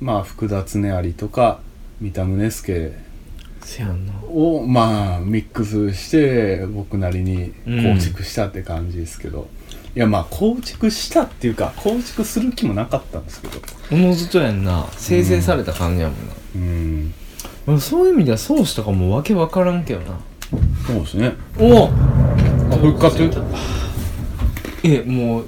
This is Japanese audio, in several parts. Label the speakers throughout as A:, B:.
A: まあ福田恒有とか三田宗介
B: せやんな
A: をまあミックスして僕なりに構築したって感じですけど、いやまあ構築したっていうか構築する気もなかったんですけど
B: おのずとやんな生成された感じやもんな、
A: うん
B: まあそういう意味ではソースとかもわけわからんけどな
A: そうですね
B: お
A: あ復活
B: えもう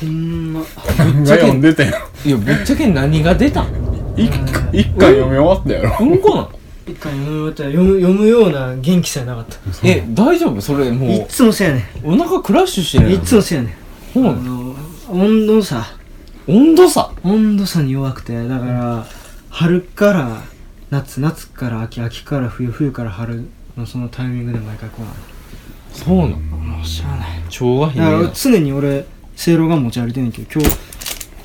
C: ほんま
A: 漫画読んでたよ
B: いやぶっちゃけ何が出たん
A: 一巻一巻読み終わったやろ
B: うんこなん
C: 一回読み終わったら読む読むような元気さえなかった
B: え大丈夫それも
C: いうっつもそうやね
B: お腹クラッシュしてる
C: ん
B: や
C: いっ
B: ん
C: つもそうやね
B: ほうん
C: あの温度差
B: 温度差
C: 温度差に弱くてだから春から夏夏から秋秋から冬冬から春のそのタイミングで毎回こうなる
B: そうなの
C: 知らない
B: 腸がひど
C: だ
B: い
C: か
B: な
C: ら常に俺せいろが持ち歩いてんねんけど今日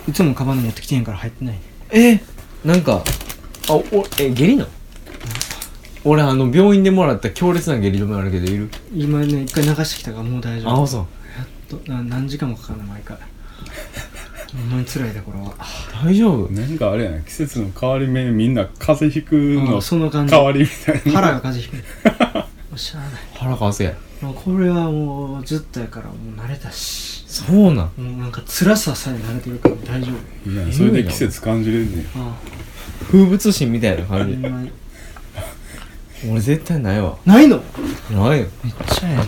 C: いつもカバンに持ってきてへんから入ってないね
B: えなんかあおえ下痢なの俺あの病院でもらった強烈な下痢止めあるけどいる
C: 今ね一回流してきたからもう大丈夫
B: そう
C: とな何時間もかかるの毎 回ほんまに辛いだこれは
B: 大丈夫
A: なんかあれやな季節の変わり目にみんな風邪ひく
C: あ
A: の
C: その感じ
A: 変わりみたいな
C: 腹が風 邪ひくしゃあない
B: 腹かせや
C: もうこれはもうずっとやからもう慣れたし
B: そうなん
C: もうなんか辛ささえ慣れてるから大丈夫
A: いやそれで季節感じれんね
C: あ
B: 風物詩みたいな
C: あほ
B: 感
C: ん
B: じ
C: まに
B: 俺絶対ないわ
C: ないの
B: ないよ
C: めっちゃやな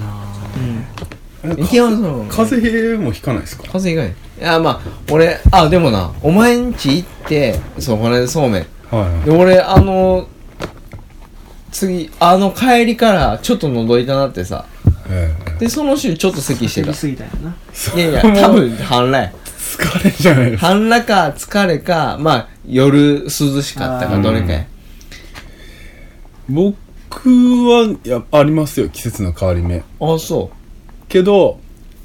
C: うん
A: え
B: いけまんの
A: 風邪もひかないですか
B: 風以外いやまあ俺あでもなお前んち行ってそうこの間そうめん
A: は
B: で俺あの次あの帰りからちょっと喉痛なってさ
A: い、え
B: でその週ちょっと咳して
C: 過
B: た
C: ぎすぎたよない
B: やいや多分半裸や
A: 疲れじゃないですか
B: 半裸か疲れかまあ夜涼しかったかどれかや
A: 僕はいやありますよ季節の変わり目
B: あそ
A: けど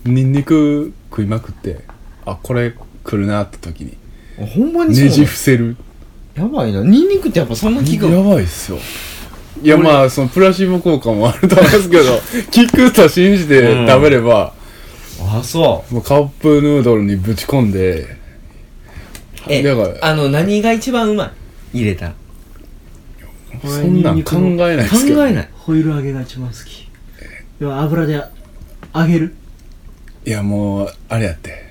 A: ニンニク食いまくってあこれ来るなって時に
B: うあほんまに
A: ね
B: そうなの
A: じ伏せる
B: やばいなニンニクってやっぱそんな効く
A: やばいっすよいやまあそのプラシーボ効果もあると思いますけど効くと信じて食べれば、
B: あそう
A: もうカップヌードルにぶち込んで
B: え
A: だから
B: あの何が一番うまい入れたら
C: こ
A: そんなん考えないです
B: 考
A: けど
B: えない
C: ホイル揚げが一番好き要は油で揚げる
A: いやもうあれやって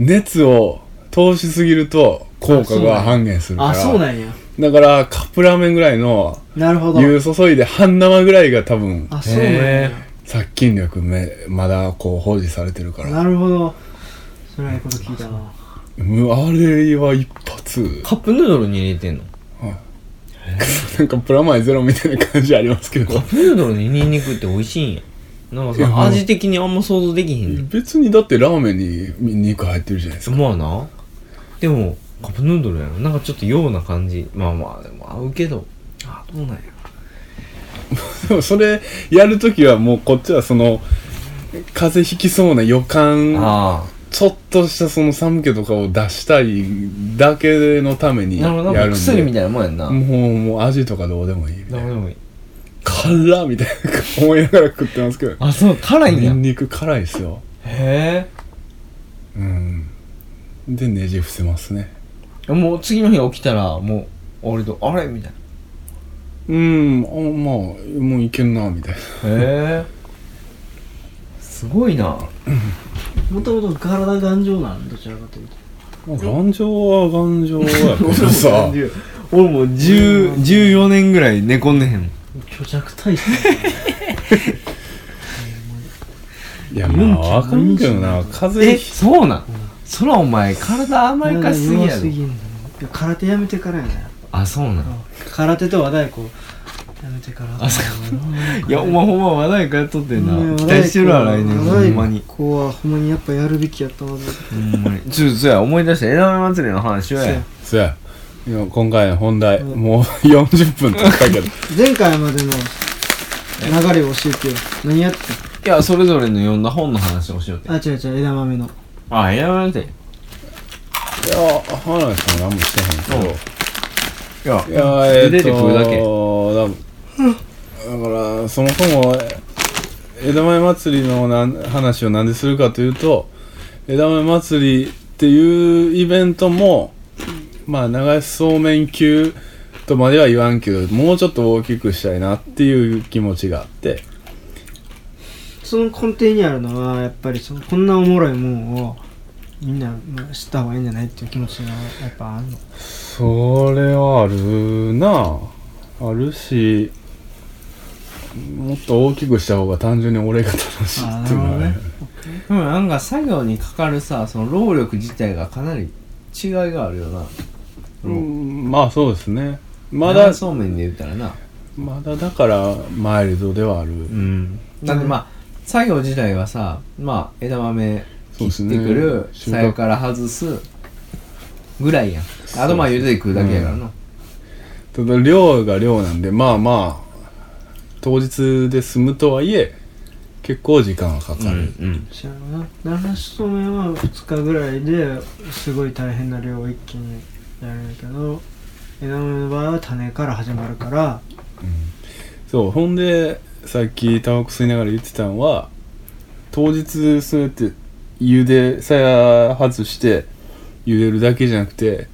A: 熱を通しすぎると効果が半減するから
C: あそうなんや
A: だからカップラーメンぐらいの
C: なるほど
A: 湯注いで半生ぐらいが多分
C: あそうなんや
B: へ
A: 殺菌力めまだこう保持されてるから
C: なるほどそれはいいこと聞いたわ
A: うんあれは一発
B: カップヌードルに入れてんの
A: なんかプラマイゼロみたいな感じありますけ
B: カ
A: ど
B: ップヌードルにニンニクって美味しいんやなんか
A: いや
B: さ味的にあんま想像できへんね
A: 別にだってラーメンに肉入ってるじゃないですか
B: まあなでもカップヌードルやろなんかちょっとような感じまあまあでも合うけどあどうなんや
A: でもそれやるときはもうこっちはその風邪ひきそうな予感
B: あ
A: ちょっとしたその寒気とかを出したいだけのため
B: あ
A: にや
B: なるほ
A: る
B: ど
A: ん
B: な
A: で
B: んか薬みたいなもんやんななる
A: もうもう味とかどうでもいいみたいな
B: ほどいい
A: 辛っみたいな思いながら食ってますけど
B: あそう辛いん
A: ニ
B: や
A: ンニク辛いですよ
B: へ
A: うんでねじ伏せますね
B: えもう次の日起きたらもう俺とあれみたい
A: うんあまあもういけんなみたいな
B: なへえすごいな
C: もともと体頑丈なんどちらかというと
A: まあ 頑丈は頑丈やけど さ
B: 俺もう10 14年ぐらい寝込んでへんもん
C: 虚弱体質
A: いやまあわかんけどな風邪
B: え
A: ひ
B: そうなんそらお前体甘やかしすぎやろ
C: 弱んだよいや空手やめてからやな、ね、
B: あそうなん
C: 空手と和太鼓やめてから
B: あそ
C: うん
B: いやお前ほんま和太鼓やっとってん
C: ね
B: な期待してるわ来年
C: 和
B: ほんま
C: 太
B: に
C: 鼓はほんまにやっぱやるべきやったわず
B: ほんまにちょっとそや思い出した枝豆祭りの話は
C: そう
B: や
C: や
A: そやいや今回の本題、
C: うん
A: もう 40分経ったけど
C: 前回までの流れを教えてよ何やって
B: いやそれぞれの読んだ本の話をしようって
C: たあ違う違う枝豆の
B: あ枝豆祭り
A: いや話も何もしてへんけど、
B: いや
A: いやーえ
B: 茹で
A: ー、
B: て食うだけ
A: だだからそもそもえ枝豆祭りのなん話を何でするかというと枝豆祭りっていうイベントもまあ流しそうめん級とまでは言わんけどもうちょっと大きくしたいなっていう気持ちがあって
C: その根底にあるのはやっぱりそのこんなおもろいもんをみんなまあ知った方がいいんじゃないっていう気持ちがやっぱあるの
A: それはあるなああるしもっと大きくした方が単純に俺が楽しいっていうのはね
B: でもなんか作業にかかるさその労力自体がかなり違いがあるよな
A: うんまあそうですねま
B: 長
A: だ
B: そうめんで言ったらな
A: まだだからマイルドではある、
B: うんだってまあ作業自体はさまあ枝豆
A: そうです
B: 切
A: ね
B: ってくる
A: 収穫
B: さやから外すぐらいやんあとまあ茹でて食うだけやからな
A: ただ量が量なんでまあまあ当日で済むとはいえ結構時間はかかる、
B: うん
C: 知らんな流しそうめんは2日ぐらいですごい大変な量を一気にやるんやけど枝豆の場合は種から始まるから
A: そうほんでさっきタバコ吸いながら言ってたのは当日そうやって茹でさや外して茹でるだけじゃなくて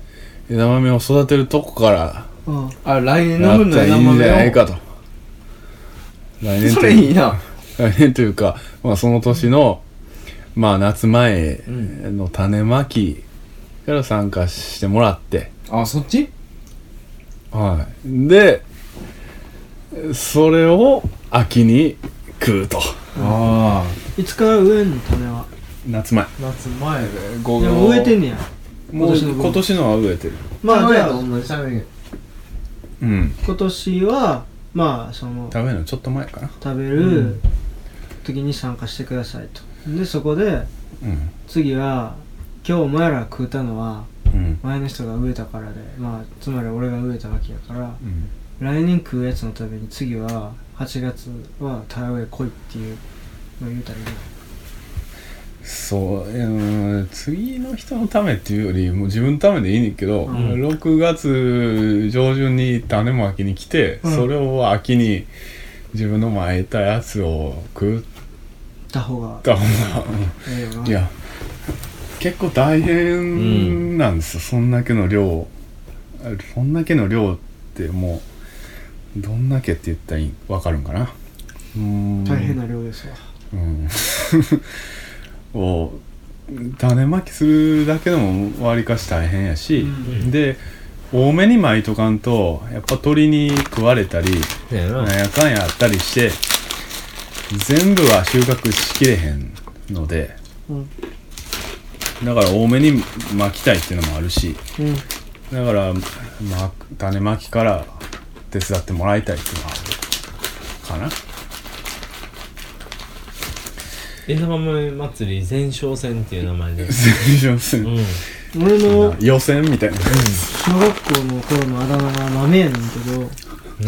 A: 枝豆を育てるとこから
C: うん
B: あ来年の
A: な
B: 分
A: っ
B: の
A: たらい
B: 枝
A: いんじゃない
B: 豆
A: かと来
B: を
A: 年
B: そ
A: と
B: れ
A: い
B: いういな
A: 来年 というか、まあ、その年の、まあ、夏前
B: う
A: の種まきから参加してもらって、
B: あそっち
A: はい、でそれを秋に食うと
B: ああ
C: いつから植えんの種は
A: 夏前
B: 夏前で
A: ご
C: でも植えてんねや
A: もう
C: 今年の分
A: 今年のは植えてる
C: まあじゃあ
B: 同じ食べる
A: うん
C: 今年はまあその
A: 食べるのちょっと前かな
C: 食べ
B: う
C: る
B: ん
C: 時に参加してくださいとでそこで
A: うん
C: 次は今日お前らが食うたのは
A: うん
C: 前の人が植えたからでまあつまり俺が植えたわけやから
A: うん
C: 来年食うやつのために次は8月は田植え来いっていうのを言うたらいいな
A: そう、うん、次の人のためっていうよりもう自分のためでいいねんけど、
C: うん
A: 6月上旬に種も秋に来て、
C: うん
A: それを秋に自分の前得たやつを食っ
C: た方が
A: た方
C: ええよ
A: が
C: ない
A: や結構大変なんですよ、そんだけの量そんだけの量ってもうどんだけって言ったらいいわかるんかな大
C: 大変な量ですわ
A: うん、 を種まきするだけでもわりかし大変やし、
C: うん
A: で多めに巻いとかんとやっぱ鳥に食われたり、
B: や
A: な
B: な
A: んやかんやあったりして全部は収穫しきれへんので
C: うん
A: だから多めに巻きたいっていうのもあるし
C: うん
A: だから、ま、種まきから手伝ってもらいたいっていうのはあるかな
B: 枝豆祭り前哨戦っていう名前でうん
C: 俺の
A: 予選みたいな
C: 小学校の頃のあだ名が豆やねんけど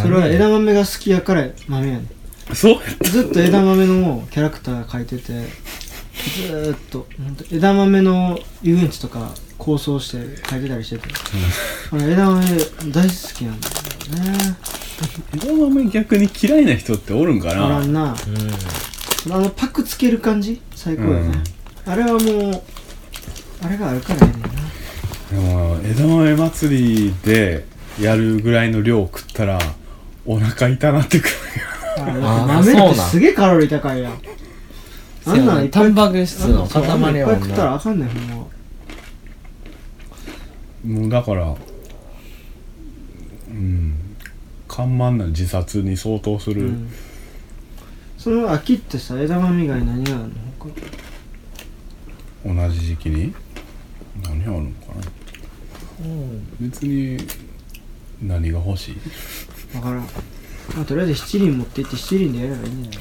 C: それは枝豆が好きやから豆やねん
A: そうや
C: ずっと枝豆のキャラクター描いててずーっとほんと枝豆の遊園地とか構想して描いてたりしてて、俺枝豆大好きなんだよね
A: 枝豆逆に嫌いな人っておるんか
C: お
A: な
C: らんな
B: うん
C: あのパクつける感じ最高やね、あれはもうあれがあるからやねんな
A: でも枝豆祭りでやるぐらいの量食ったらお腹痛なってくる
C: あ
B: あー
C: 豆って
B: そうなん
C: すげえカロリー高いやんあんなんいっぱ
B: タ
C: い
B: ンパク質の塊
C: あんなんいっ
B: や
C: ぱ
B: も
C: い食
B: ん
C: ったら
B: な
C: あかんねんほんま
A: もうだからうん緩慢な自殺に相当す
C: う
A: る、
C: んその秋ってさ枝豆以外何があるの他
A: 同じ時期に何あるのかな別に何が欲しい
C: わからん、まあ、とりあえず七輪持って行って七輪でやればいいんじゃない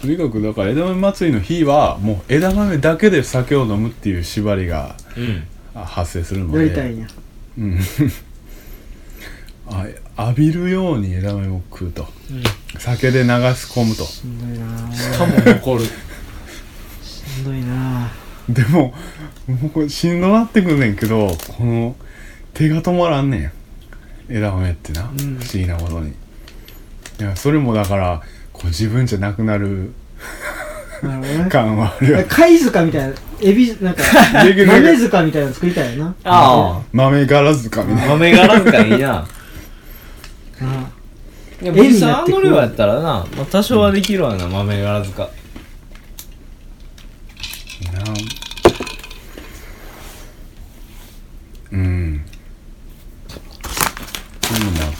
A: とにかくだから枝豆祭りの日はもう枝豆だけで酒を飲むっていう縛りが
B: うん
A: あ発生するの
C: の
A: で
C: やりたいんや
A: うん あ浴びるように枝豆を食うと酒で流し込むと
C: しんどいな
B: し
C: ぁ
B: かも残る
C: しんどいな
A: でももうこれしんどなってくんねんけどこの手が止まらんねん枝豆ってな、
C: ん
A: 不思議なことにいやそれもだからこう自分じゃなくなる
C: ぁなるほどね
A: 感はあるよ
C: 貝塚みたいなエビな んか
A: できるだけ
C: 豆塚みたいなの作りたいよな
B: あ
A: 豆柄塚み
B: あ
A: たいな
B: 豆柄塚 いいな
C: あ
B: いや
C: 絵
B: 別
C: に
B: に
C: な
B: あ
C: ってく
B: の
C: る
B: 量やったらな、まあ、多少はできるわな豆柄塚
A: うんそういうのもあっ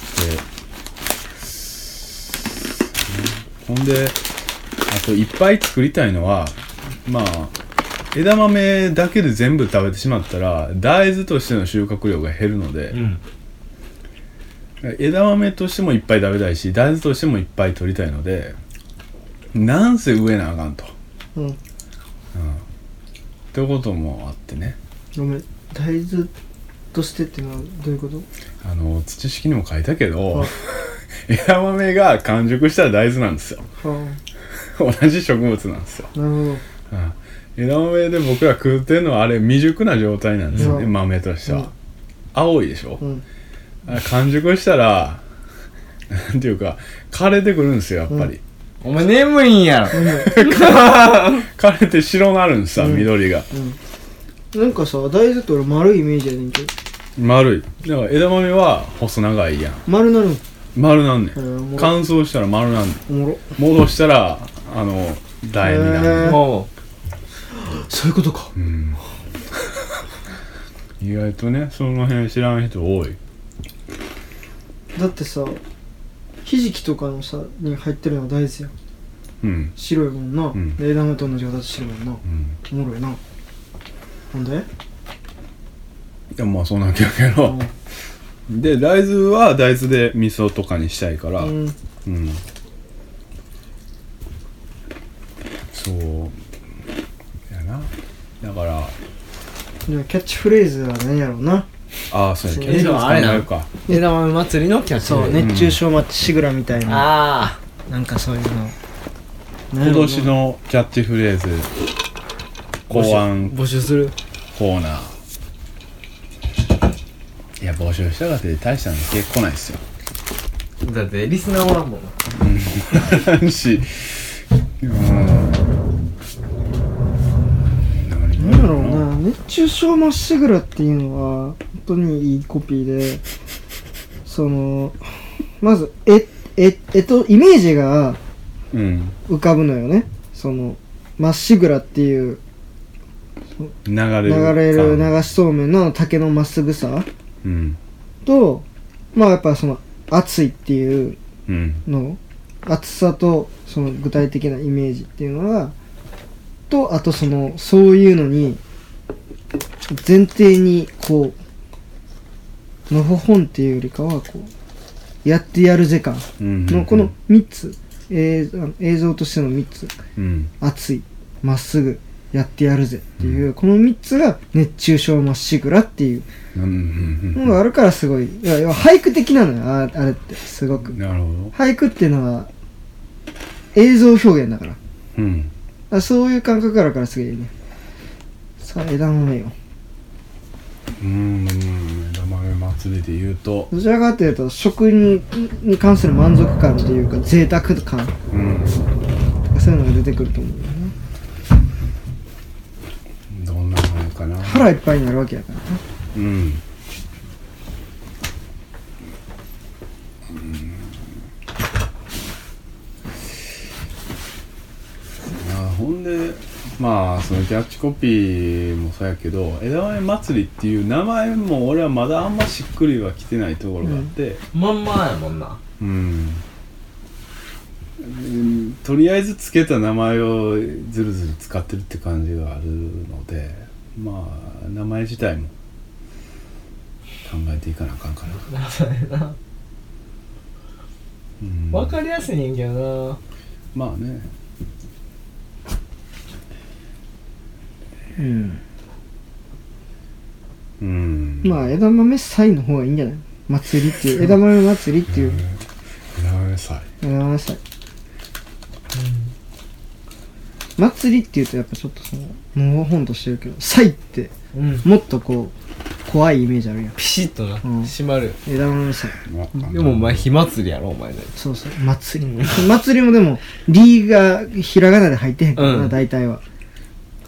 A: てほんであといっぱい作りたいのはまあ枝豆だけで全部食べてしまったら大豆としての収穫量が減るので、
B: うん
A: 枝豆としてもいっぱい食べたいし大豆としてもいっぱい取りたいのでなんせ植えなあかんと。
C: うん
A: ということもあってね
C: ごめん大豆としてっていうのはどういうこと
A: あの土式にも書いたけど
C: はい
A: 枝豆が完熟したら大豆なんですよ
C: あ
A: 同じ植物なんですよ、
C: あなる
A: うん枝豆で僕ら食ってるのはあれ未熟な状態なんですよね、
C: うん
A: 豆としては、
C: うん
A: 青いでしょ
C: ほ、どうん
A: あれ完熟したら なんていうか枯れてくるんですよやっぱり、
B: お前眠いんやろ
A: 枯れて白なるんですよ
C: うん
A: 緑が、
C: うんなんかさ大豆って俺丸いイメージやねんけど
A: 丸いだから枝豆は細長いやん
C: 丸なるん
A: 丸なんね
C: あれ
A: ん
C: おもろ
A: 乾燥したら丸なんねん
C: おもろ
A: 戻したらあの楕円になる、
C: へー
B: も
C: そういうことか
A: うん、意外とねその辺知らん人多い
C: だってさひじきとかのさに入ってるのは大豆やん
A: うん、
C: 白いもんな、
A: ん
C: で枝豆と同じ形してるもんな
A: うん、
C: おもろいなほんで
A: いやまあそんなわけやけ
C: う
A: ど、で大豆は大豆で味噌とかにしたいからうん、
C: ん
A: そうやなだから
C: じゃあキャッチフレーズは何やろうな
A: ああそうや
C: そう
A: ケーキ
B: でもあれな
A: 考えるか
B: う枝豆祭りのキャッチフレーズ
A: 熱中
C: 症マッチしぐらみたい
B: ああ
C: なんかそういうの
A: 今年のキャッチフレーズ考案
B: 募集する
A: コーナーいや募集したかって大したの結構ないっすよ
B: だってリスナーおらんもん
A: し、うん、何
C: 何やろうな熱中症まっしぐらっていうのは本当にいいコピーでそのまずえええっとイメージが
A: うん
C: 浮かぶのよねそのまっしぐらっていう
A: 流れ
C: 流
A: る感
C: れる流しそうめんの竹のまっすぐさ
A: うん
C: とまあやっぱその熱いっていう
A: うん
C: の厚さとその具体的なイメージっていうのがとあとそのそういうのに前提にこうのほほんっていうよりかはこうやってやるぜ感
A: うん
C: のこの3つ、映像映像としての3つ
A: うん
C: 熱いまっすぐやってやるぜっていう、この3つが熱中症まっしぐらっていう
A: うんうん
C: のがあるからすごいいやいや俳句的なのよああれってすごく
A: うんなるほど
C: 俳句っていうのは映像表現だから
A: うん
C: あそういう感覚があるからすげえいいねさあ枝豆よ
A: うん枝豆祭りで言うと
C: どちらかというと食にに関する満足感というか贅沢感
A: うん
C: とかそういうのが出てくると思うよね
A: どんなものかな
C: 腹いっぱいになるわけやから
A: うんうんあほんでまあそのキャッチコピーもそうやけど枝豆祭りっていう名前も俺はまだあんましっくりはきてないところがあって
B: まんまやもんな
A: うん、うんとりあえずつけた名前をずるずる使ってるって感じがあるのでまあ名前自体も考えていかなあかんかなうん
B: わかりやすいねんけどな
A: まあね
C: うん
A: うん
C: まあ枝豆祭の方がいいんじゃない祭りっていう枝豆祭りっていう
A: 枝豆祭
C: 枝豆祭祭りっていうとやっぱちょっとそののほほんとしてるけど祭って
B: うん
C: もっとこう怖いイメージあるやん
B: ピシッとな
C: うん
B: 閉まる
C: 枝豆祭
A: まあ
B: でもお前火祭りやろお前ね
C: そうそう 祭り祭りもでも「り」がひらがなで入ってへんからな、
B: うん
C: 大体は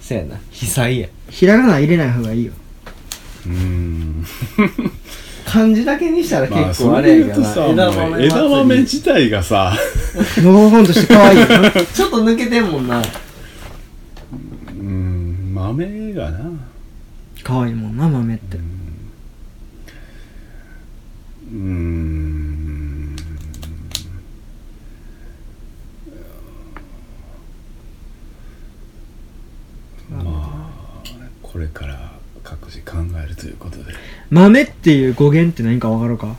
B: せやな被災や
C: ひらがな入れない方がいいよ
A: うーん
B: 漢字だけにしたら
A: まあ
B: 結構
A: そ
B: あ
A: れで
B: れ
A: 言う
B: やか
A: と
B: ら、
A: さもう枝豆自体がさ
C: のほほんとして可愛いよ
B: ちょっと抜けてんもんな
A: うーん豆がな
C: 可愛いもんな豆って
A: うーんまあこれから各自考えるということで
C: 豆っていう語源って何か分かろうか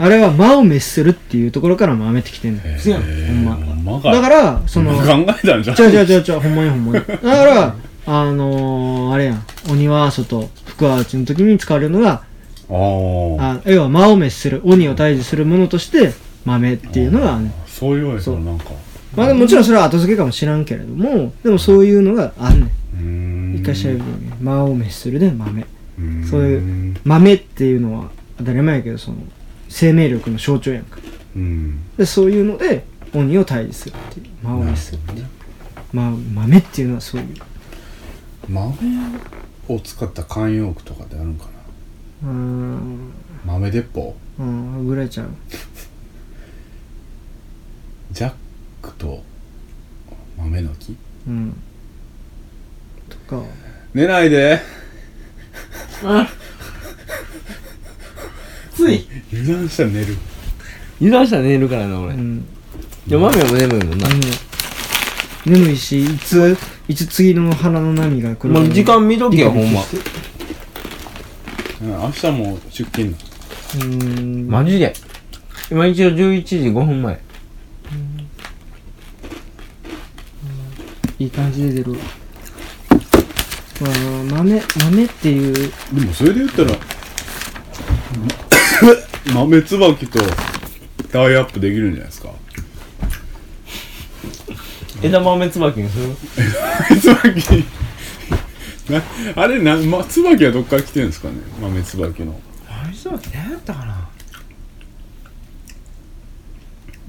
C: あれは魔を滅するっていうところから豆ってきてんのよ
B: せやん
A: え
C: ほんま
A: ーほんまか
C: だからその
A: 考えたんじゃん
C: ちゃうちゃうちゃうちゃう、ほんまにほんまに。だから、あのー、あれやん。鬼は外、福は内の時に使われるのが、
A: ああ
C: あ要は魔を滅する、鬼を退治するものとして、豆っていうのがあんねん、
A: そう言われた
C: そ
A: ら
C: う
A: なんか
C: まあでももちろんそれは後付けかもしらんけれども、でもそういうのがあんね
A: うーん
C: ん。一回調べてみる。魔を滅するで豆。
A: うーん
C: そういう豆っていうのは当たり前やけど、その、生命力の象徴やんか。
A: うん
C: で、そういうので、鬼を退治するっていう。魔を滅する
A: な。ほどね
C: まあ、豆っていうのはそういう。
A: 豆を使った慣用句とかってあるんかな
C: うーん。
A: 豆鉄砲
C: うん、ぐらいちゃう。
A: ジャックと豆の木
C: うん。とか、
A: 寝ないで
B: つい
A: 油断したら寝る
B: 油断したら寝るからな俺、
C: うん。
B: いやマミはも眠いもんな
C: あの、眠いし、いつ、いつ次の花の波が来るか
B: もう時間見とけよ
C: ビ
B: ほ
C: ク
B: ん
C: ビ
B: ま
C: クして
A: うん明日も出勤だ
C: うーん。
B: マジで今一応11時5分前
C: いい感じで出るわ。まあ、豆、豆っていう、
A: でもそれで言ったら豆椿とタイアップできるんじゃないですか
B: 枝豆椿にする
A: 椿な あれな、ま、椿はどっから来てるんですかね豆椿の
B: 豆椿何やったかな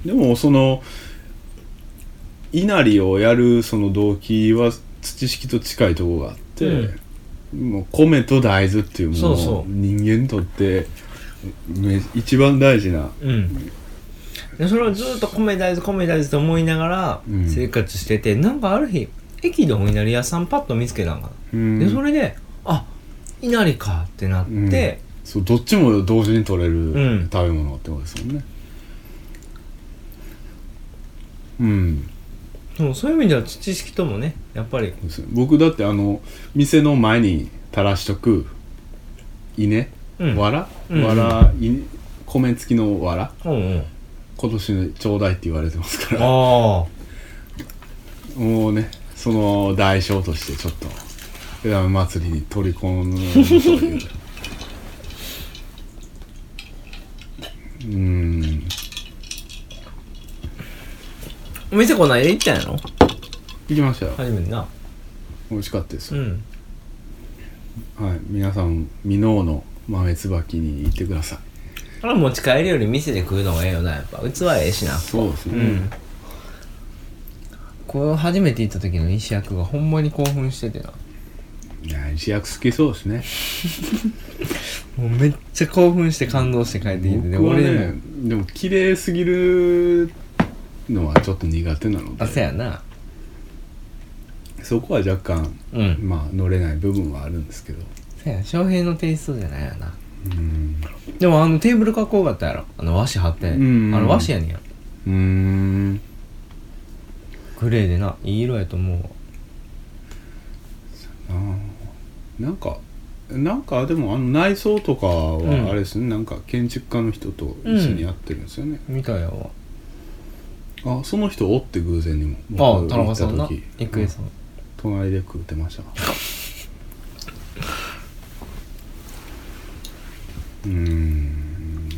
A: でもその稲荷をやるその動機は土式と近いところがあって、もう米と大豆っていうもの
B: そうそう
A: 人間にとってめ一番大事な
B: うんでそれをずっと米大豆米大豆と思いながら
A: うん
B: 生活してて、なんかある日駅のお稲荷屋さんパッと見つけたんかな、
A: うん
B: でそれであ稲荷かってなって、
A: うんそうどっちも同時に取れ
B: う
A: る
B: ん
A: 食べ物ってことですもんねうん
B: でもそういう意味では知識ともねやっぱり
A: そうですね僕だってあの店の前に垂らしとく稲、
B: うん
A: わら、
B: うん
A: わら稲米付きのわら
B: うんうん
A: 今年のちょうだいって言われてますから
B: ああ
A: もうねその代償としてちょっと枝豆祭りに取り込むといううーん
B: お店こないで行ったんやろ
A: 行きましたよ、
B: 初めてな
A: 美味しかったです
B: う
A: よ、
B: ん
A: はい皆さん箕面の豆椿に行ってください
B: あれ持ち帰りより店で食うのがええよなやっぱ器ええしな
A: そうですね、
B: これ初めて行った時の石役がほんまに興奮しててない
A: や石役好きそうですね
B: もうめっちゃ興奮して感動して帰ってきてで
A: 僕は
B: 俺
A: ね
B: も
A: でも綺麗すぎるのはちょっと苦手なの
B: あ
A: で
B: せやな
A: そこは若干
B: うん
A: まあ乗れない部分はあるんですけど
B: せや翔平のテイストじゃないよな
A: うん
B: でもあのテーブルかっこよかったやろあの和紙貼ってあ
A: うん
B: の和紙やねんや
A: うーん
B: グレーでないい色やと思うわ
A: あーなんかなんかでもあの内装とか
B: うん
A: はあれですね、なんか建築家の人と一緒にやってるんですよね、
B: みたいやわ
A: あその人おって偶然にも
B: あ
A: 僕
B: 田中さん
A: 行っ
B: な
A: た時
B: 郁恵さん
A: 隣で食ってま したうーん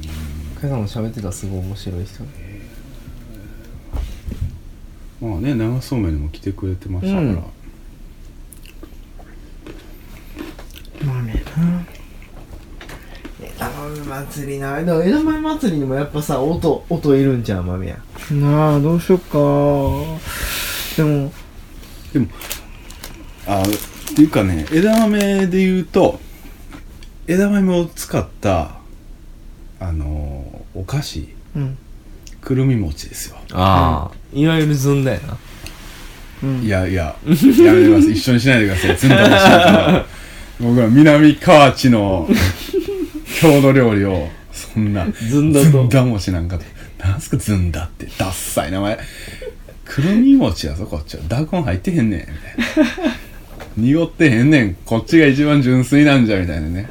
B: 郁恵さんも喋ってたすごい面白い人
A: まあね長そうめんにも来てくれてましたから、
B: うん
C: 豆な。
B: 枝豆祭りなでも枝豆祭りにもやっぱさ音音いるんじゃん豆や
C: なあ、どうしよっか。でも、
A: うあっていうかね枝豆で言うと枝豆を使ったあのお菓子
C: うん
A: くるみ餅ですよ
B: ああ、いわゆるずんだよな。
C: うん
A: いやいややめてください一緒にしないでくださいずんだもしないと僕は南河内の郷土料理をそんな
B: ずんだと
A: ずんだ餅なんかでなんすかずんだってダッサい名前くるみ餅やぞこっちはダーコン入ってへんねんみたいな濁ってへんねんこっちが一番純粋なんじゃみたいなね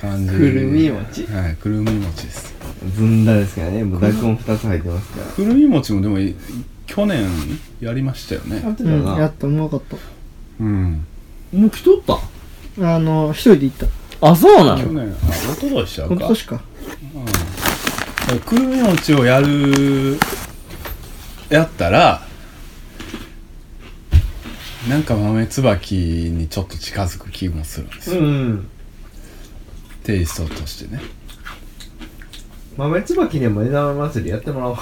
A: 感じ
C: くるみ餅
A: はいくるみ餅です
B: ずんだですからね。もう大根二つ入ってますから。
A: くるみ餅もでもい去年やりましたよね
B: って
C: うんやっ。とうまかっ
A: うん
B: もう来とった
C: たあの一人で行った
B: あ、そう
A: 去
B: なの
A: 年あ一昨年ちゃ
C: た
A: う
C: 今
A: か
C: 年か
A: くるみ餅をやるやったらなんか豆椿にちょっと近づく気もするんですよ、
B: ん。
A: テイストとしてね
B: 豆椿でも枝豆祭りやってもらおう。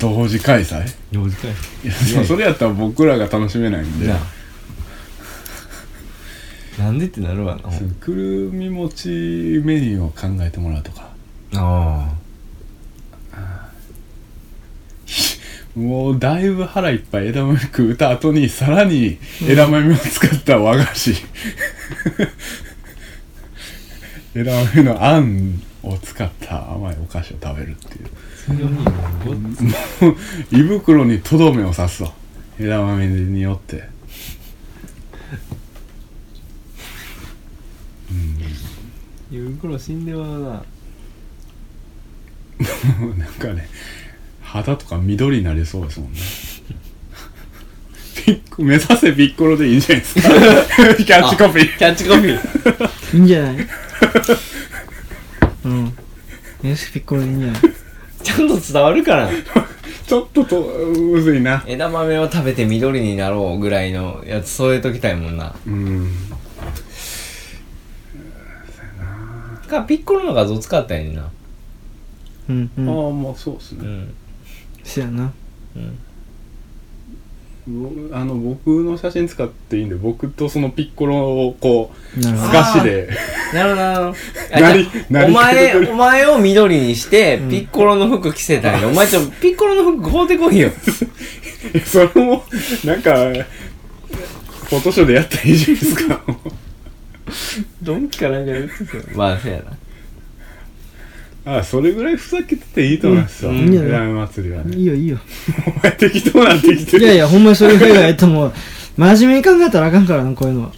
A: 同時開催
B: 4時間
A: いやでもそれやったら僕らが楽しめないんで
B: じゃあ。なんでってなるわな。
A: そのくるみ餅メニューを考えてもらうとか
B: ああ。
A: もうだいぶ腹いっぱい枝豆食うた後にさらに枝豆を使った和菓子枝豆のあんを使った甘いお菓子を食べるっていうもう胃袋にとどめを刺すわ枝豆によって
B: ゆうころ死んでまうな。
A: もうなん かね肌とか緑になりそうですもんねピッコ目指せピッコロでいいんじゃないですかキャッチコピー
B: キャッチコピー。
C: いいんじゃないうんエスピッコロでいいんじゃない
B: ちゃんと伝わるから。
A: ちょっととむずいな
B: 枝豆を食べて緑になろうぐらいのやつ添えときたいもんな。
A: うん
B: か、ピッコロの画像使ったんやねんな。
C: うんう
A: あ
C: ん
A: あまあそうです
B: う
A: ね、
B: ん。
C: そやな
B: うん。
A: 僕あの僕の写真使っていいんで僕とそのピッコロをこ
C: な
A: う
C: るほ
A: 透
C: ど
A: かしで
B: なるほどなるほど。
A: な
B: あ
A: り
B: じゃ
A: な
B: あお
A: りかけてく
B: 前、
A: る
B: お前を緑にして
C: う、ん
B: ピッコロの服着せたいの。お前ちょ、ピッコロの服買うてこいよ。
A: それもなんかフォトショーでやったらいいじゃないですか
B: ドンキかなんか言ってたよ。まあ、そうやな。
A: あそれぐらいふざけてていいと思いますよ、
C: う
A: うん
C: いいんじゃない
A: 祭りはね
C: いいよいいよ
A: お前適当なってきて
C: い
A: る
C: やいやほんまにそれぐらいやった らもう真面目に考えたらあかんからなこういうのは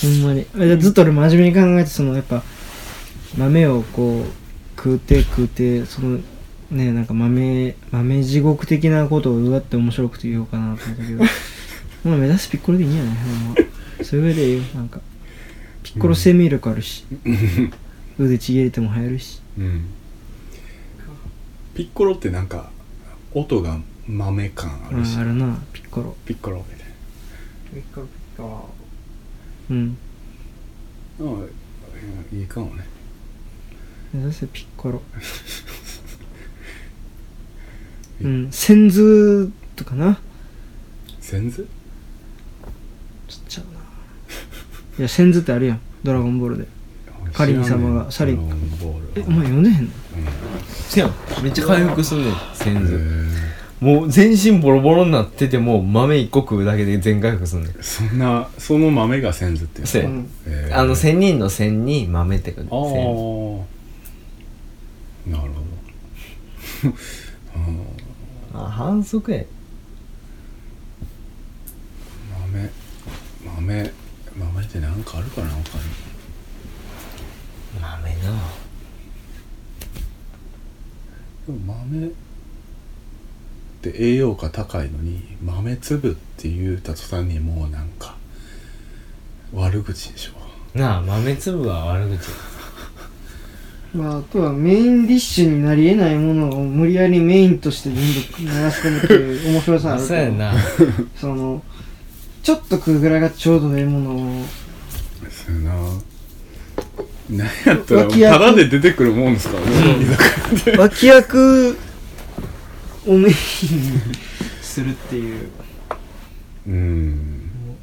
C: ほんまにあれずっと俺真面目に考えてそのやっぱ豆をこう食うて食うてそのねなんか豆豆地獄的なことをどうやって面白くて言おうかなと思った けどもう目指すピッコロでいいんじゃないほんまそれぐらいでいいよなんかピッコロ生命力ある し、腕ちぎれても生えるし
A: うんピッコロってなんか音が豆感あ
C: う
A: るし、
C: んあるなピッコロ
A: ピッコロみたいな
C: うん
A: うんいいかもね
C: 目指せピッコ ロうん千図とかな
A: 全然
C: ちっちゃうないや千図ってあるやんドラゴンボールでカリン様がサリン
A: ドラゴンボー
C: え
A: ル
C: お前読んでへんの
B: せやん。めっちゃ回復するねん。先
A: へ
B: 頭。
A: ー
B: もう全身ボロボロになってても、豆一個食うだけで全回復すんねん。
A: そんなその豆が先頭って
B: そううや
C: うん
A: へー
B: あの、千人の千に豆ってこと
A: ああ
B: 千
A: なるほどうん
B: あ、反則や。
A: 豆豆豆ってなんかあるかな他に
B: 豆な
A: でも豆って栄養価高いのに豆粒って言うた途端にもうなんか悪口でしょ
B: なあ、豆粒は悪口。
C: まああとはメインディッシュになりえないものを無理やりメインとして全部流し込むっていう面白さある
B: そうやんな。
C: そのちょっと食うぐらいがちょうどええものを
A: そうやな何やったら
C: 脇役
A: ただで出てくるもんですからね、居酒屋
C: 脇役をメインにするっていう
A: うん
C: もう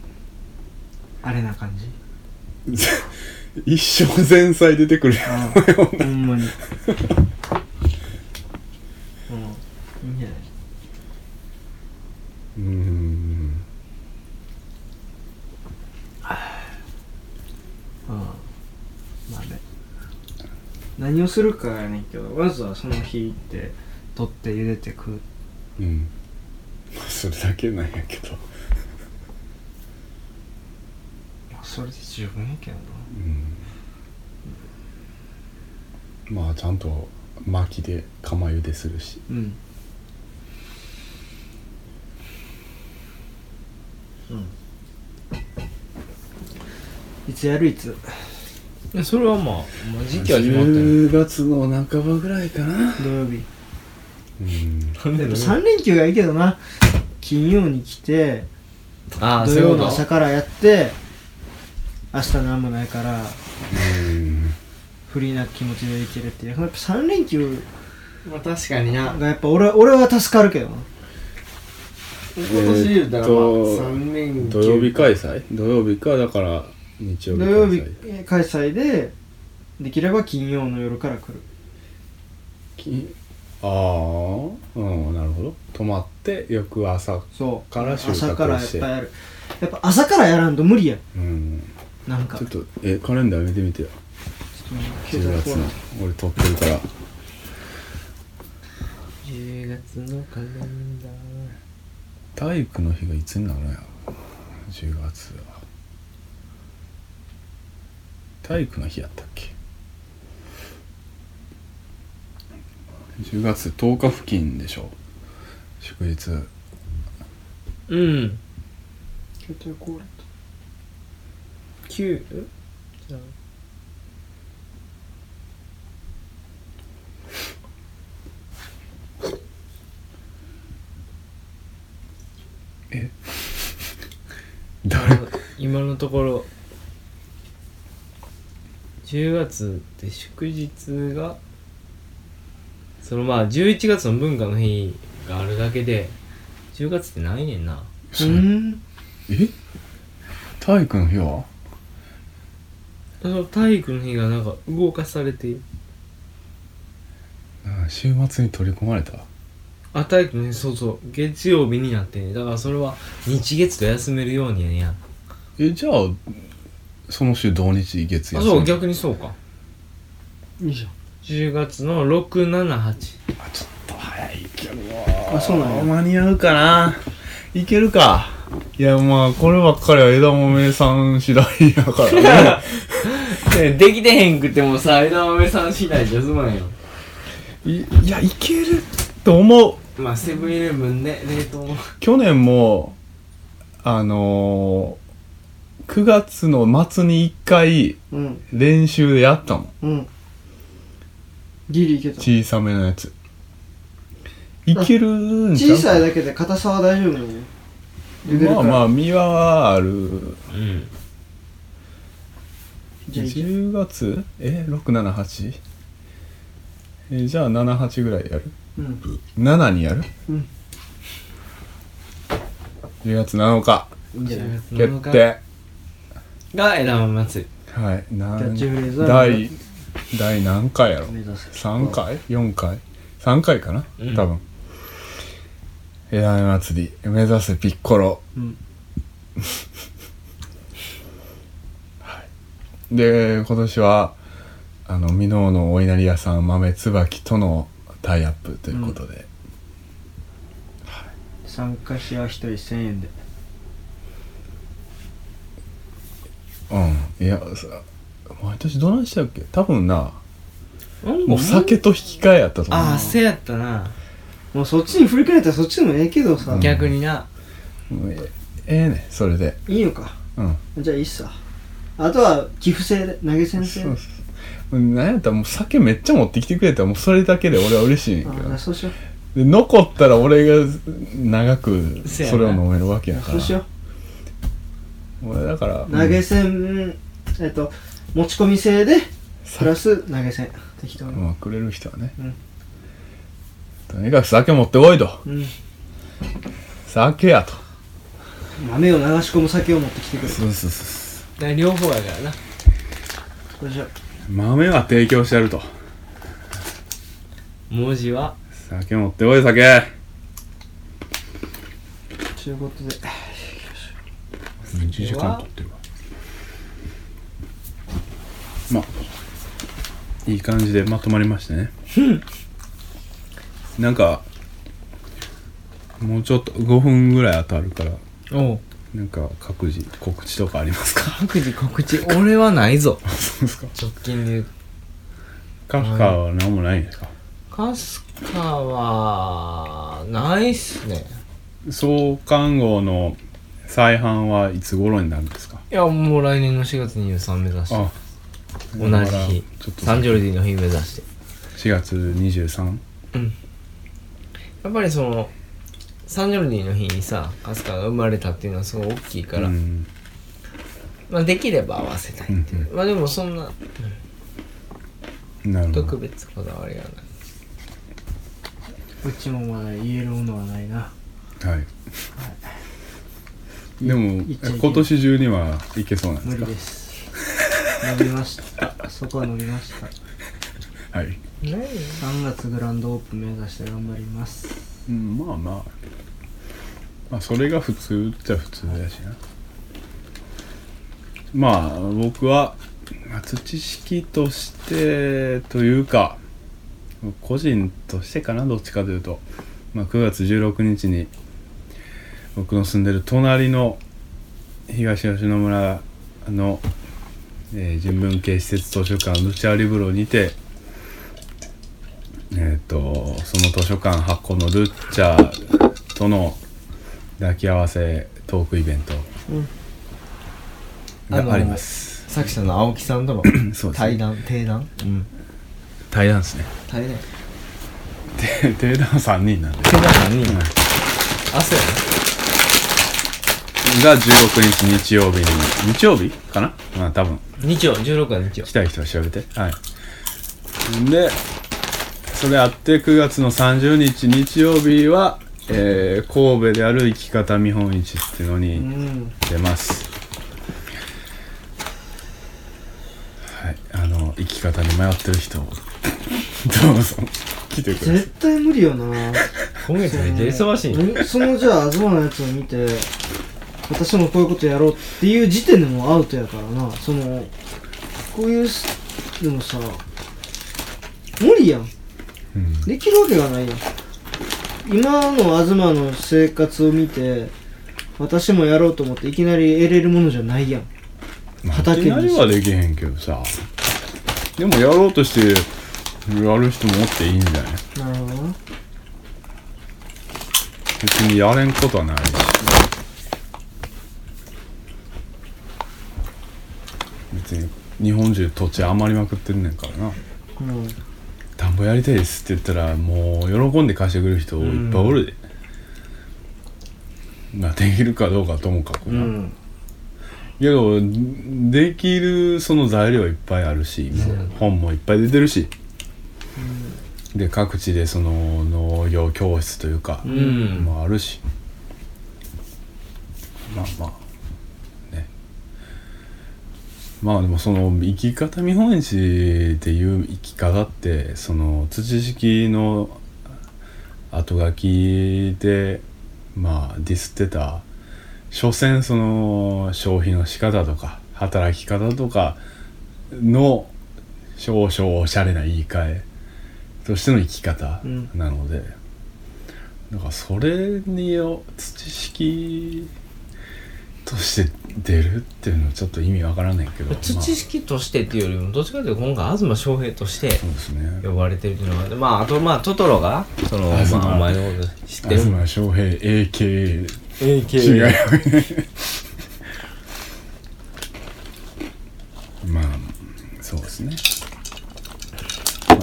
C: あれな感じ
A: 一生前菜出てくるよ
C: あーほんまにもういいんじゃない
A: うん
C: うんまあね何をするかやねんけどまずはその日行って取って茹でて食う
A: うんそれだけなんやけど
C: まあそれで十分やけどな
A: うんまあちゃんと薪で釜茹でするし
C: うんうんいつやるいつ
B: いやそれはまあもう時期は決まってる
A: 10月の半ばぐらいかな
C: 土曜日
A: うん
B: なんで
C: やっ
B: だ
C: ぱ
B: ろう
C: 3連休がいいけどな金曜に来て
B: ああ
C: 土
B: そういう
C: 曜
B: こ
C: の
B: と
C: 朝からやって明日何もないから
A: うん
C: フリーな気持ちでいけるっていうやっぱ3連休
D: まあ確かにな
C: がやっぱ俺は俺は助かるけどな
D: 今年で言うたらまあ
A: えーっと
D: 3連休
A: 土曜日開催土曜日かだから日曜日
C: 土
A: 開
C: 曜日
A: 催
C: 開催でできれば金曜の夜から来る
A: きああうんなるほど泊まって翌朝
C: そう
A: から収穫
C: 朝からやっ
A: して
C: ぱやるやっぱ朝からやらんと無理やん
A: うん
C: なんか
A: ちょっとえカレンダー見てみてよ
C: ちょっと
A: 10
C: 待っ
A: 月
C: て携帯壊
A: の
C: れた
A: 俺撮ってるから
D: 10月のカレンダー
A: 体育の日がいつになるのやろ10月は体育の日やったっけ10月10日付近でしょ祝日
B: うん
D: 携帯壊れた9え じゃあ
A: 誰
B: あの今のところ10月って祝日がそのまあ11月の文化の日があるだけで10月ってないねんな
C: うーん
A: え体育の日は
B: その体育の日がなんか動かされて
A: うん週末に取り込まれた
B: あ体育の日そうそう月曜日になってんねんだからそれは日月と休めるようにやねんや
A: えじゃあその週土日月
B: あ
A: 曜
B: そう逆にそうか
C: いいじゃん
B: 10月の678
A: あちょっと早いけど
C: あそうなんや
A: 間に合うかないけるかいやまあこればっかりは枝豆さん次第や からね
B: できてへんくてもさ枝豆さん次第じゃ済まんよ
A: いいやいけると思う
B: まあセブンイレブンね冷凍
A: 去年もあのー、9月の末に1回
C: うん
A: 練習でやったもん
C: うんギリいけた
A: 小さめのやついけるんちゃ
C: 小
A: う
C: さいだけで硬さは大丈夫なのね茹でる
A: ま
C: か
A: あ
C: ら
A: まあ身はある
B: うん
C: じゃあいける
A: 10月え六678えじゃあ78ぐらいやる
C: うん
A: 7にやる
C: うん
A: 10月7日
C: いいんじゃない
A: 決定
B: が枝豆祭り
A: はいな
C: キャッ
A: ん
C: チフレーズは
A: 第第何回やろ
C: 目指す
A: 3回4回3回かな、多分枝豆祭り目指せピッコロ
C: うん
A: で今年はあの箕面のお稲荷屋さん豆椿とのタイアップということで、
C: 参加費は1人1000円で
A: うんいやさ毎年どないしたっけ多分な
B: うん
A: もう酒と引き換えやったと思う
B: ああせやったな
C: もうそっちに振り返ったらそっちでもええけどさ
A: うん
B: 逆にな
A: うんえええねそれで
C: いいのか
A: うん
C: じゃあいいっすわあとは寄付制で投げ銭制
A: そう
C: で
A: そうそうなんやったらもう酒めっちゃ持ってきてくれたらもうそれだけで俺は嬉しいね
C: あ
A: ん
C: あ
A: け
C: だ
A: ど
C: からそうしよ
A: で残ったら俺が長く
B: せやな
A: それを飲めるわけや
C: う
A: か
C: そう
A: ら
C: しよ
A: 俺だから
C: う投
A: う
C: げ
A: ん
C: 銭えっと持ち込み制でプラス投げ銭適当に
A: まあくれる人はね、
C: うん
A: とにかく酒持ってこいと
C: うん
A: 酒やと
C: 豆を流し込む酒を持ってきてくれ
A: そうそうそうそ
B: から両方やからな
C: それじゃあ
A: う豆は提供してやると
B: 文字は
A: 酒持っておい酒
C: ということで
A: 1時間取ってるわまあいい感じでまとまりましたねなんかもうちょっと5分ぐらいあとあるから
B: おう
A: なんか各自告知とかありますか
B: 各自告知 俺はないぞ
A: そうですか
B: 直近で言うと
A: カフカは何もないんですか
B: かすかはないっすね
A: 創刊号の再販はいつ頃になるんですか
B: いやもう来年の4月23目指して
A: あ
B: 同じ日
A: ちょっと
B: サンジョルディの日目指して
A: 4月 23?
B: やっぱりそのサンジョルディの日にさカスカが生まれたっていうのはすごい大きいから、
A: うん
B: まあ、できれば合わせたいっていう、まあでもそんな
A: なるほ
B: 特
A: ど
B: 別こだわりはないう
C: ちもまだ言えるものはないな
A: はい。でも
C: いっちゃいけない
A: 今年中にはいけそうなんで
C: 無
A: す
C: 理
A: か。
C: です伸びましたそこは伸びました
A: はい。
B: ない
C: 3月グランドオープン目指して頑張ります
A: うんまあまあ。まあそれが普通っちゃ普通だしな。まあ僕は初知識としてというか個人としてかなどっちかというと、まあ、9月16日に僕の住んでる隣の東吉野村の、えー人文系施設図書館ルチャーリブロにてえっ、とその図書館発行のルッチャーとの抱き合わせトークイベントがあります、
B: 作者の青木さんとの
A: そうですね
B: 対談定談うん
A: 対談です ね
B: 対談
A: て定談3人なんで
B: 定談何人
A: うん
B: あそうや
A: が16日日曜日に日曜日かなまあ多分
B: な日曜16は日曜
A: 来たい人は調べてはいんでそれあって9月の30日日曜日は、えー神戸である生き方見本市っていうのに、
C: うん
A: 出ますはいあの生き方に迷ってる 人どうぞ来てください
C: 絶対無理よな
B: 今月めっちゃ忙しいね
C: うんそのじゃあ東のやつを見て私もこういうことやろうっていう時点でもうアウトやからなそのこういうすでもさ無理やん
A: うん
C: できるわけがないやん今の東の生活を見て私もやろうと思っていきなり得れるものじゃないやん
A: まあ
C: 畑に
A: いきなりはできへんけどさでもやろうとしてやる人もおっていいんじゃない
C: なるほどな
A: 別にやれんことはないし別に日本中土地余りまくってんねんからな
C: うん
A: 田んぼやりたいですって言ったらもう喜んで貸してくれる人いっぱいおるで、まあできるかどうかはともかく
B: う
A: な、
B: ん
A: けどできるその材料いっぱいあるし
B: そうだね
A: 本もいっぱい出てるし、で各地でその農業教室というか、
B: うん
A: もあるしまあまあねまあでもその生き方見本市っていう生き方ってその土式の後書きでまあディスってた所詮その消費の仕方とか働き方とかの少々おしゃれな言い換えとしての生き方
C: うん
A: なので、なんかそれによ土式として出るっていうのはちょっと意味わからないけど
B: 土式としてっていうよりもどっちかというと今回東翔平として
A: まあ、そうですね
B: 呼ばれてるっていうのはまああとまあトトロがその
A: 東
B: まあお前のこと知ってる
A: 東翔平 AKA 違う
B: AKA
A: よね まあそうですね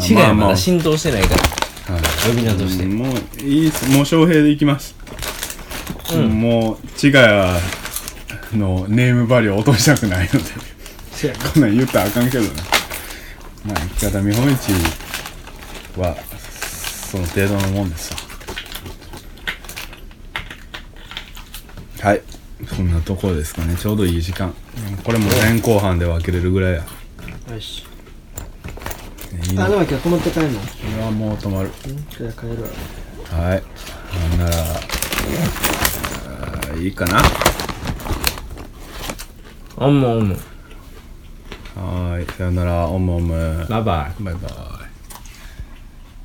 B: 違い
A: まあまあ
B: は
A: ま
B: ま
A: あ
B: だ浸透してないから
A: はい
B: 呼び名として
A: もういいっすもう翔平でいきます、
B: うん
A: もう違いはのネームバリューを落としたくないので
C: せやな
A: こんなん言ったらあかんけどねまあ生き方見本市はその程度のもんですわはいそんなとこですかねちょうどいい時間これも前後半で分けれるぐらいやね
C: よし
A: いい
C: あ
A: な
C: で
A: こ
C: も今日泊まって帰るの
A: れはもう止まる
C: じゃあ帰るわ
A: はいなんならあーいいかな
B: おんもんもん
A: はーいさよならおむおむ
B: バイバイ
A: eh, バイバイ